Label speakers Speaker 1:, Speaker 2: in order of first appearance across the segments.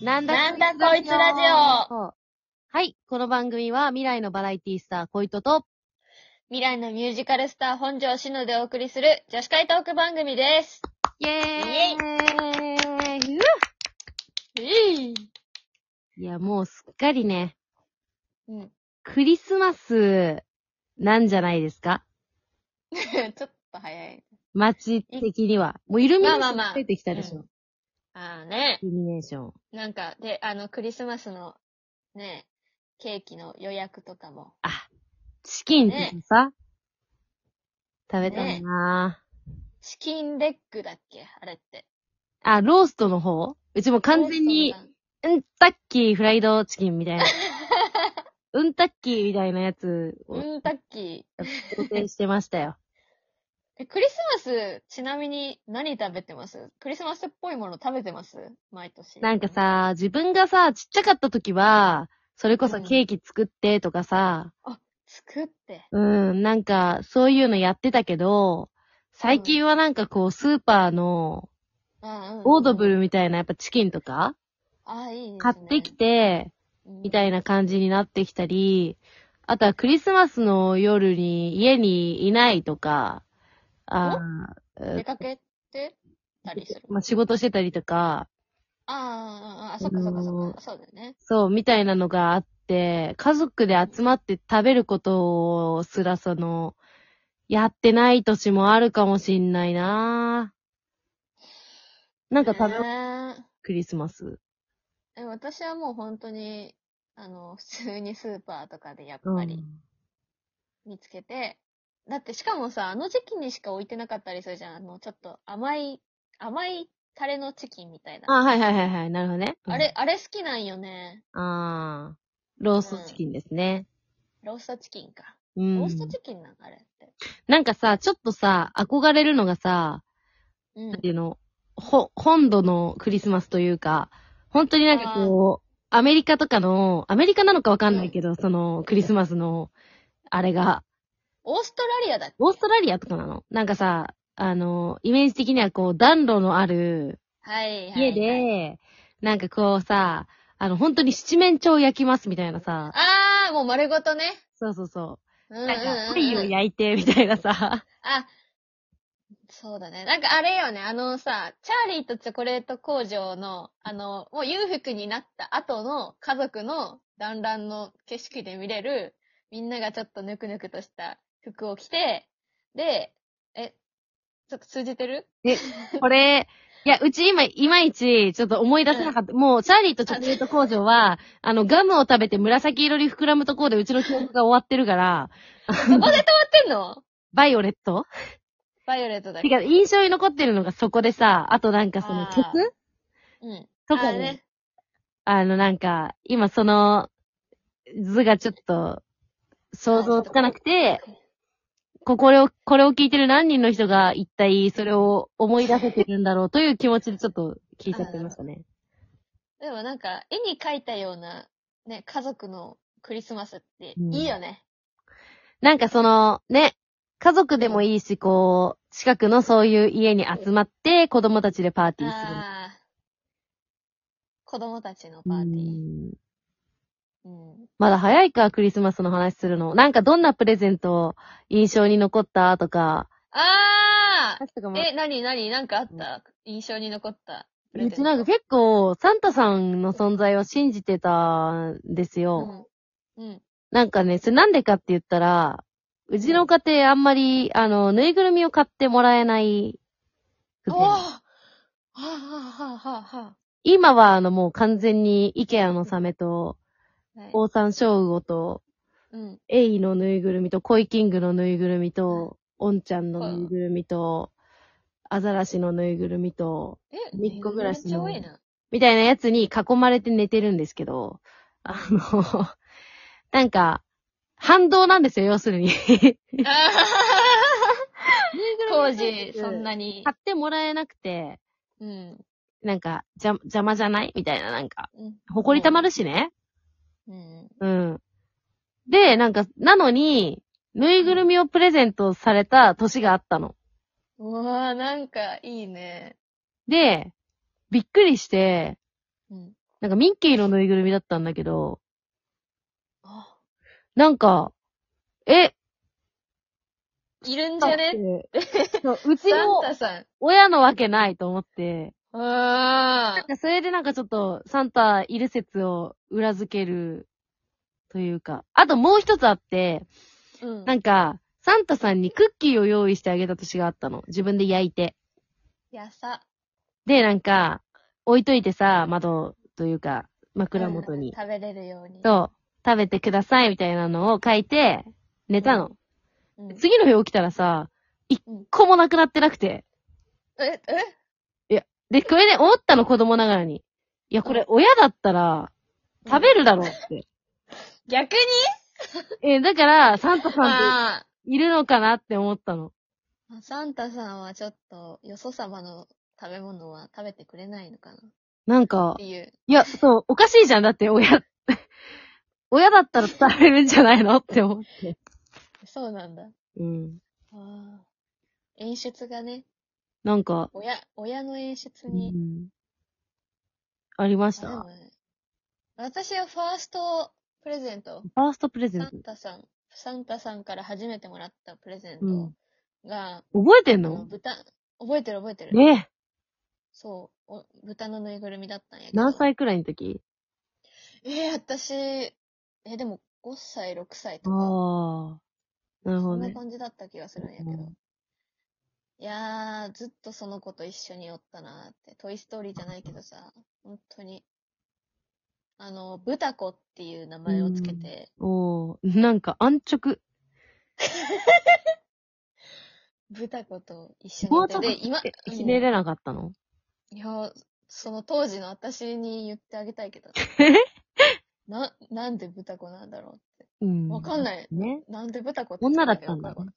Speaker 1: なんだ
Speaker 2: なんだこいつラジオ
Speaker 1: オはい、この番組は未来のバラエティスター、小糸と、
Speaker 2: 未来のミュージカルスター本庄しのでお送りする女子会トーク番組です。
Speaker 1: イェーイうわいや、もうすっかりね、
Speaker 2: うん。
Speaker 1: クリスマス、なんじゃないですか
Speaker 2: ちょっと早い。
Speaker 1: 街的には。もうイルミネーシ
Speaker 2: まあ
Speaker 1: ョ
Speaker 2: まあま
Speaker 1: ン
Speaker 2: あ
Speaker 1: 出てきたでしょ。
Speaker 2: あーね。
Speaker 1: イルミネーション。
Speaker 2: なんか、で、あの、クリスマスの、ね、ケーキの予約とかも。
Speaker 1: チキンってさ、食べたいなぁ
Speaker 2: チキンレッグだっけあれって。
Speaker 1: あ、ローストの方うちもう完全に、うんたっきーフライドチキンみ たいな。うんたっきーみたいなやつを
Speaker 2: うん、タッキ
Speaker 1: 想定してましたよ。
Speaker 2: ー。えクリスマス、ちなみに何食べてますクリスマスっぽいもの食べてます毎年。
Speaker 1: なんか、さ、自分がさ、ちっちゃかった時は、それこそケーキ作ってとかさ、
Speaker 2: 作って。
Speaker 1: うん、なんか、そういうのやってたけど、最近はなんかこう、スーパーの、
Speaker 2: うんうん。
Speaker 1: オードブルみたいなやっぱチキンとか、
Speaker 2: あー、いいですね。
Speaker 1: 買ってきて、みたいな感じになってきたり、あとはクリスマスの夜に家にいないとか、あー
Speaker 2: うん。
Speaker 1: う
Speaker 2: 出
Speaker 1: ん
Speaker 2: かけてたりする。
Speaker 1: まあ、仕事してたりとか、
Speaker 2: あーあー、あーあー、そっかそっかそっか。そうだよね。
Speaker 1: そう、みたいなのがあって、家族で集まって食べることをすらその、やってない年もあるかもしんないなぁなんか食べ、
Speaker 2: ねえ
Speaker 1: クリスマス。
Speaker 2: え私はもう本当に、あの、普通にスーパーとかでやっぱり見つけて、だってしかもさ、あの時期にしか置いてなかったりするじゃん。あの、ちょっと甘い、甘いタレのチキンみたいな。あ
Speaker 1: あ、はいはいはいはい、なるほどね。うん
Speaker 2: れ、あれ好きなんよね。
Speaker 1: ああ、ローストチキンですね。
Speaker 2: ローストチキンか。
Speaker 1: うん。
Speaker 2: ローストチキンなんあれって。
Speaker 1: なんかさ、ちょっとさ、憧れるのがさ、
Speaker 2: うん。
Speaker 1: なんていうの、ほ、本土のクリスマスというか、本当になんかこう、アメリカとかの、アメリカなのかわかんないけど、その、クリスマスの、あれが、
Speaker 2: オーストラリアだっけ
Speaker 1: オーストラリアとかなのなんかさ、あの、イメージ的にはこう、暖炉のある
Speaker 2: はい、は
Speaker 1: 家
Speaker 2: い。
Speaker 1: で、なんかこうさ、あの、本当に七面鳥焼きますみたいなさ、
Speaker 2: あー、もう丸ごとね。
Speaker 1: そうそうそうう。
Speaker 2: んうん、
Speaker 1: な
Speaker 2: うんん。
Speaker 1: か、貝を焼いてみたいなさ、
Speaker 2: あ、そうだね。なんかあれよね、あのさ、チャーリーとチョコレート工場の、あの、もう裕福になった後の家族の団らんの景色で見れる、みんながちょっとぬくぬくとした服を着て、で、え、ちょっと通じてる
Speaker 1: これ、いや、うち今、いまいち、ちょっと思い出せなかった。もう、チャーリーとチョコレート工場は、あの、ガムを食べて紫色に膨らむところでうちの記憶が終わってるから、
Speaker 2: そこで止まってんの
Speaker 1: バイオレット
Speaker 2: バイオレットだ
Speaker 1: て
Speaker 2: け。
Speaker 1: か、印象に残ってるのがそこでさ、あとなんかその
Speaker 2: あー
Speaker 1: 曲
Speaker 2: うん。
Speaker 1: とか
Speaker 2: あ
Speaker 1: ね、
Speaker 2: ね。
Speaker 1: あのなんか、今その、図がちょっと、想像つかなくて、ここれを、これを聞いてる何人の人が一体それを思い出せてるんだろうという気持ちでちょっと聞いちゃってましたね。
Speaker 2: でもなんか、絵に描いたような、ね、家族のクリスマスって
Speaker 1: うん
Speaker 2: いいよね。
Speaker 1: なんかその、ね、家族でもいいし、こう、近くのそういう家に集まって、子供たちでパーティーする。
Speaker 2: ああ。子供たちのパーティー。
Speaker 1: うん
Speaker 2: うん
Speaker 1: まだ早いか、クリスマスの話するの。なんかどんなプレゼント印象に残ったとか。
Speaker 2: ああ
Speaker 1: とかも
Speaker 2: え、なになになんかあった、印象に残ったプレゼ
Speaker 1: う
Speaker 2: ント。
Speaker 1: ちなんか結構、サンタさんの存在を信じてたんですよ。
Speaker 2: うん。うん。
Speaker 1: なんかね、それなんでかって言ったら、うちの家庭あんまり、あの、ぬいぐるみを買ってもらえないくて。
Speaker 2: おーはあ、はあはあはあは
Speaker 1: 今はあのもう完全に IKEA のサメと、
Speaker 2: あ。はい
Speaker 1: オーサンショウウオと、
Speaker 2: うん。
Speaker 1: エイのぬいぐるみと、コイキングのぬいぐるみと、オンちゃんのぬいぐるみと、アザラシのぬいぐるみと、
Speaker 2: え、
Speaker 1: 三個暮らし
Speaker 2: めっちゃ
Speaker 1: の
Speaker 2: 多いな。
Speaker 1: みたいなやつに囲まれて寝てるんですけど、あの、 なんか、反動なんですよ、要するに。
Speaker 2: あははは は 当時、そん
Speaker 1: 買
Speaker 2: なに。
Speaker 1: ってもらえなくて、
Speaker 2: うん。
Speaker 1: なんか、じゃ、邪魔じゃないみたいな、なんか、
Speaker 2: うん
Speaker 1: 誇りたまるしね。
Speaker 2: うん。
Speaker 1: うん。で、なんか、なのに、ぬいぐるみをプレゼントされた年があったの。
Speaker 2: うわーなんか、いいね。
Speaker 1: で、びっくりして、
Speaker 2: うん。
Speaker 1: なんかミッキーのぬいぐるみだったんだけど、
Speaker 2: あ
Speaker 1: なんか、え
Speaker 2: いるんじゃね
Speaker 1: そううち
Speaker 2: サン
Speaker 1: の
Speaker 2: タさん。
Speaker 1: 親のわけないと思って、
Speaker 2: うーん。
Speaker 1: なんかそれでなんかちょっとサンタいる説を裏付けるというか、あともう一つあって、
Speaker 2: うん
Speaker 1: なんか、サンタさんにクッキーを用意してあげた年があったの。自分で焼いて。
Speaker 2: やさ。
Speaker 1: で、なんか、置いといてさ、窓というか、枕元に。
Speaker 2: 食べれるように。
Speaker 1: と、食べてくださいみたいなのを書いて、寝たの。
Speaker 2: うん。
Speaker 1: 次の日起きたらさ、一個もなくなってなくて。
Speaker 2: え、え
Speaker 1: で、これね、思ったの子供ながらに。いや、これ親だったら、食べるだろうって。
Speaker 2: 逆に
Speaker 1: えだから、サンタさんっ
Speaker 2: あ
Speaker 1: ているのかなって思ったの。
Speaker 2: あ。サンタさんはちょっと、よそ様の食べ物は食べてくれないのかなっ
Speaker 1: なんか
Speaker 2: て、いう。
Speaker 1: いや、そう、おかしいじゃん。だって親、 親だったら食べるんじゃないのって思って。
Speaker 2: そうなんだ。
Speaker 1: うん。
Speaker 2: ああ。演出がね、
Speaker 1: なんか、
Speaker 2: 親、親の演出
Speaker 1: う
Speaker 2: に。
Speaker 1: ん、ありまし
Speaker 2: あでも
Speaker 1: た。
Speaker 2: ね私はファーストプレゼント。
Speaker 1: ファーストプレゼン
Speaker 2: サ
Speaker 1: ト
Speaker 2: ン。タさん、サンタさんから初めてもらったプレゼン
Speaker 1: うん
Speaker 2: トが、
Speaker 1: 覚えてん
Speaker 2: あの
Speaker 1: の
Speaker 2: 豚、覚えてる覚えてる。
Speaker 1: ね
Speaker 2: そうお、豚のぬいぐるみだったんやけど。
Speaker 1: 何歳くらいの時
Speaker 2: えー、私、えーでも5歳、6歳とか、
Speaker 1: ああ。なるほ
Speaker 2: そ
Speaker 1: ど
Speaker 2: んな
Speaker 1: ね。
Speaker 2: 感じだった気がするんやけど。
Speaker 1: うん
Speaker 2: いやー、ずっとその子と一緒におったなーって。トイストーリーじゃないけどさ、本当に。あの、豚子っていう名前をつけて、
Speaker 1: おおなんか安直。
Speaker 2: 豚子と一緒に
Speaker 1: も
Speaker 2: おっ
Speaker 1: うち
Speaker 2: て、
Speaker 1: ょっと
Speaker 2: で、今、
Speaker 1: え
Speaker 2: うん
Speaker 1: ひねれなかったの、
Speaker 2: いや、その当時の私に言ってあげたいけど。 な、なんで豚子なんだろうっ
Speaker 1: うん。
Speaker 2: て。わかんない。
Speaker 1: ね。
Speaker 2: なんで豚子って
Speaker 1: 女だったんだ
Speaker 2: よく
Speaker 1: ね
Speaker 2: わかんない。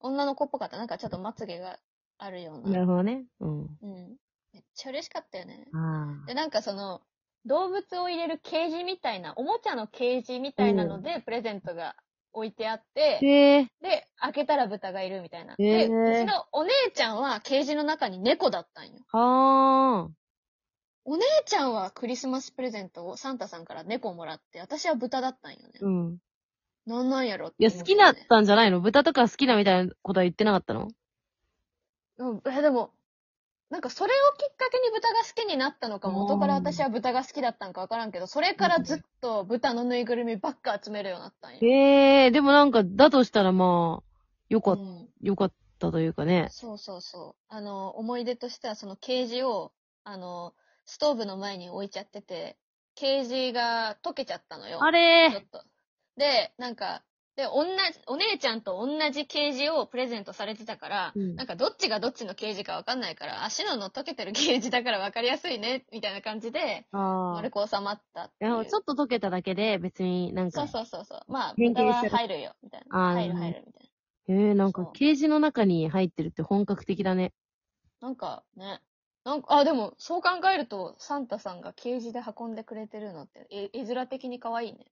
Speaker 2: 女の子っぽかった。なんかちょっとまつげがあるよう
Speaker 1: な
Speaker 2: な。
Speaker 1: るほどね。うん。
Speaker 2: うん。めっちゃ嬉しかったよね。
Speaker 1: ああ。
Speaker 2: で、なんかその、動物を入れるケージみたいな、おもちゃのケージみたいなので、プレゼントが置いてあって、
Speaker 1: へえ。
Speaker 2: で、開けたら豚がいるみたいな。
Speaker 1: へ
Speaker 2: で、
Speaker 1: え
Speaker 2: うちのお姉ちゃんはケージの中に猫だったんよ。
Speaker 1: はあ。
Speaker 2: お姉ちゃんはクリスマスプレゼントをサンタさんから猫もらって、私は豚だったんよね。
Speaker 1: うん。
Speaker 2: なんなんやろって
Speaker 1: いや、
Speaker 2: 思
Speaker 1: 好
Speaker 2: った
Speaker 1: き
Speaker 2: よ
Speaker 1: だっ
Speaker 2: ね
Speaker 1: たんじゃないの豚とか好きだみたいなことは言ってなかったの
Speaker 2: うん、え、でも、なんかそれをきっかけに豚が好きになったのか、
Speaker 1: うん
Speaker 2: 元から私は豚が好きだったんかわからんけど、それからずっと豚のぬいぐるみばっか集めるようになったんよ。
Speaker 1: へえ、でもなんか、だとしたらまあ、よか
Speaker 2: う
Speaker 1: っ
Speaker 2: ん、
Speaker 1: よかったというかね。
Speaker 2: そうそうそう。あの、思い出としてはそのケージを、あの、ストーブの前に置いちゃってて、ケージが溶けちゃったのよ。
Speaker 1: あ
Speaker 2: ちょっ
Speaker 1: れ
Speaker 2: と。で、なんか、で、同じ、お姉ちゃんと同じケージをプレゼントされてたから、
Speaker 1: うん
Speaker 2: なんかどっちがどっちのケージかわかんないから、足のの溶けてるケージだからわかりやすいね、みたいな感じで、
Speaker 1: ああ。
Speaker 2: 丸く収まったって
Speaker 1: い
Speaker 2: いう
Speaker 1: やちょっと溶けただけで、別になん
Speaker 2: そう
Speaker 1: か、
Speaker 2: そうそうそう。まあ、
Speaker 1: 変形
Speaker 2: 豚は
Speaker 1: してる
Speaker 2: 入るよ、みたい
Speaker 1: あ
Speaker 2: な。
Speaker 1: ー
Speaker 2: 入る入る、みたい
Speaker 1: へえ、なん
Speaker 2: そ
Speaker 1: か
Speaker 2: う、
Speaker 1: ケージの中に入ってるって本格的だね。
Speaker 2: な。なんかね、なんか、あ、でも、そう考えると、サンタさんがケージで運んでくれてるのって、え絵面的に可愛いね。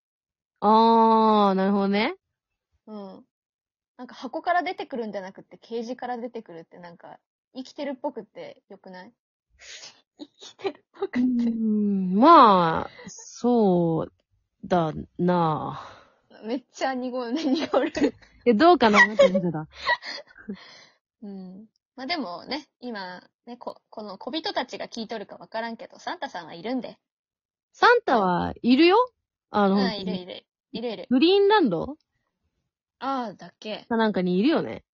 Speaker 1: あー、なるほどね。
Speaker 2: うん。なんか箱から出てくるんじゃなくて、ケージから出てくるってなんか、生きてるっぽくって良くない生きてるっぽ
Speaker 1: う
Speaker 2: くって。
Speaker 1: ん、まあ、そう、だな
Speaker 2: めっちゃ濁るね、濁る。
Speaker 1: え、どうかなってことだ。
Speaker 2: うん。まあでもね、今、ね、こ、この小人たちが聞いとるかわからんけど、サンタさんはいるんで。
Speaker 1: サンタはいるよあ
Speaker 2: う
Speaker 1: の、
Speaker 2: ん、いるいる。いるいる。
Speaker 1: グリーンランド
Speaker 2: ああ、だっけ。
Speaker 1: かなんかにいるよね。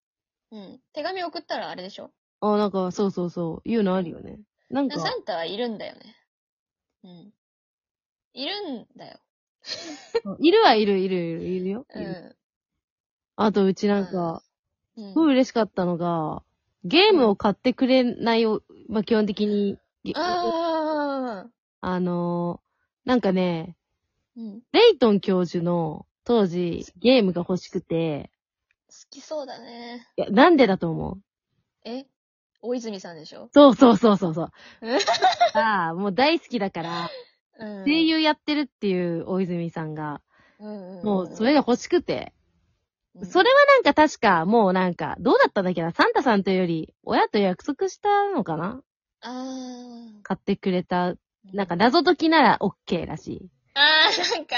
Speaker 2: うん。手紙送ったらあれでしょ
Speaker 1: あ、なんか、そうそうそう、いうのあるよね。なんか、
Speaker 2: サンタはいるんだよね。うん。いるんだよ。
Speaker 1: いるはいる、いる、いる、いるよ。いる
Speaker 2: う
Speaker 1: あと、うちなんか、
Speaker 2: ん。
Speaker 1: す
Speaker 2: う
Speaker 1: ご
Speaker 2: ん。
Speaker 1: い嬉しかったのが、ゲームを買ってくれないお、まあ、基本的に、げ
Speaker 2: ああ。
Speaker 1: あのーなんかね、
Speaker 2: うん。好
Speaker 1: レイトン教授の当時ゲームが欲しくて、
Speaker 2: きそうだね。
Speaker 1: いや、なんでだと思う
Speaker 2: え大泉さんでしょ
Speaker 1: そうそうそうそうそう
Speaker 2: え。
Speaker 1: ああ、もう大好きだから、
Speaker 2: うん
Speaker 1: 声優やってるっていう大泉さんが、
Speaker 2: うんん
Speaker 1: もうそれが欲しくて。
Speaker 2: うん
Speaker 1: それはなんか確か、もうなんか、どうだったんだっけな、サンタさんというより、親と約束したのかな
Speaker 2: あ
Speaker 1: 買ってくれたなんか謎解きなら OK らし
Speaker 2: あー、なんか、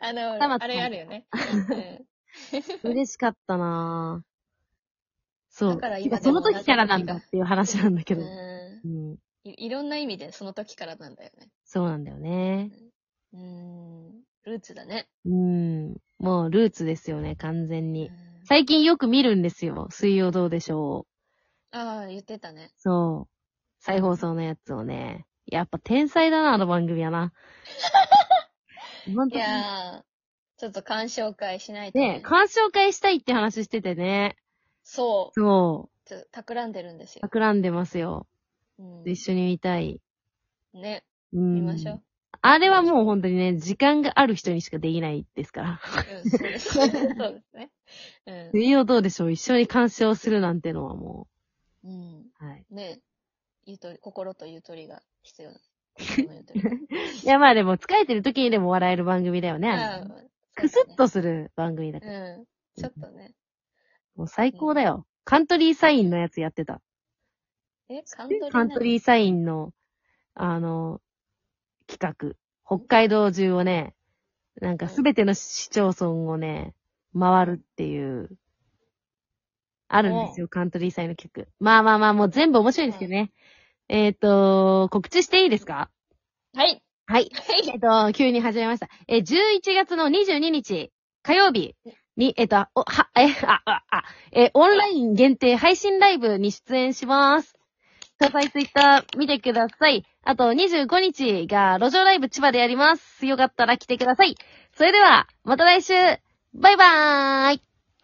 Speaker 2: あの、
Speaker 1: 頭使
Speaker 2: あ
Speaker 1: う
Speaker 2: れある よね。うん
Speaker 1: い。嬉しかったなぁ。そう。
Speaker 2: だから
Speaker 1: て
Speaker 2: 今
Speaker 1: かその
Speaker 2: でも
Speaker 1: 時からなんだっていう話なんだけど。
Speaker 2: う
Speaker 1: うん。
Speaker 2: んいいろんな意味でその時からなんだよね。
Speaker 1: そうなんだよね。
Speaker 2: うん。ルーツだね。
Speaker 1: うん。もうルーツですよね、完全
Speaker 2: う
Speaker 1: に。
Speaker 2: ん
Speaker 1: 最近よく見るんですよ。水曜どうでしょう。
Speaker 2: ああ、言ってたね。
Speaker 1: そう。再放送のやつをね。やっぱ天才だな、あの番組や な。本
Speaker 2: い
Speaker 1: 当に。
Speaker 2: やー、ちょっと鑑賞会しないとね、
Speaker 1: ね、鑑賞会したいって話しててね。
Speaker 2: そ。
Speaker 1: そう
Speaker 2: ちょっと企んでるんです
Speaker 1: う。
Speaker 2: よ。
Speaker 1: 企んでますよ。
Speaker 2: うん
Speaker 1: 一緒に見たい。
Speaker 2: ね、
Speaker 1: うん。
Speaker 2: 見ましょう。
Speaker 1: あれはもう本当にね、時間がある人にしかできないですから。
Speaker 2: うん、そ うですそうですね。う
Speaker 1: 水曜どうでしょう一緒に鑑賞するなんてのはも
Speaker 2: ん。うん。
Speaker 1: う。はい。
Speaker 2: ね、ゆとり、心とゆとりが必要な。心のゆと り
Speaker 1: いやまあでも、疲れてる時にでも笑える番組だよね。あ
Speaker 2: あ
Speaker 1: れ
Speaker 2: ー
Speaker 1: ね
Speaker 2: そう
Speaker 1: くす
Speaker 2: だね
Speaker 1: っとする番組だから。
Speaker 2: うん。ちょっとね。
Speaker 1: もう最高だよ。カントリーサインのやつやってた。
Speaker 2: え、カントリーなの
Speaker 1: カントリーサインの、あの、企画。北海道中をね、なんかすべての市町村をね、回るっていう、あるんですよ、カントリーサインの企画。まあまあまあ、もう全部面白いんですけどね。えっ、と、告知していいですか
Speaker 2: はい。
Speaker 1: はい。
Speaker 2: はい。
Speaker 1: えっ、と、急に始めました。えー、11月の22日、火曜日に、えっ、と、お、は、え、あ、あ、あ、えーオンライン限定配信ライブに出演します。詳細ツイッター見てください。あと25日が路上ライブ千葉でやります。よかったら来てください。それでは、また来週バイバーイ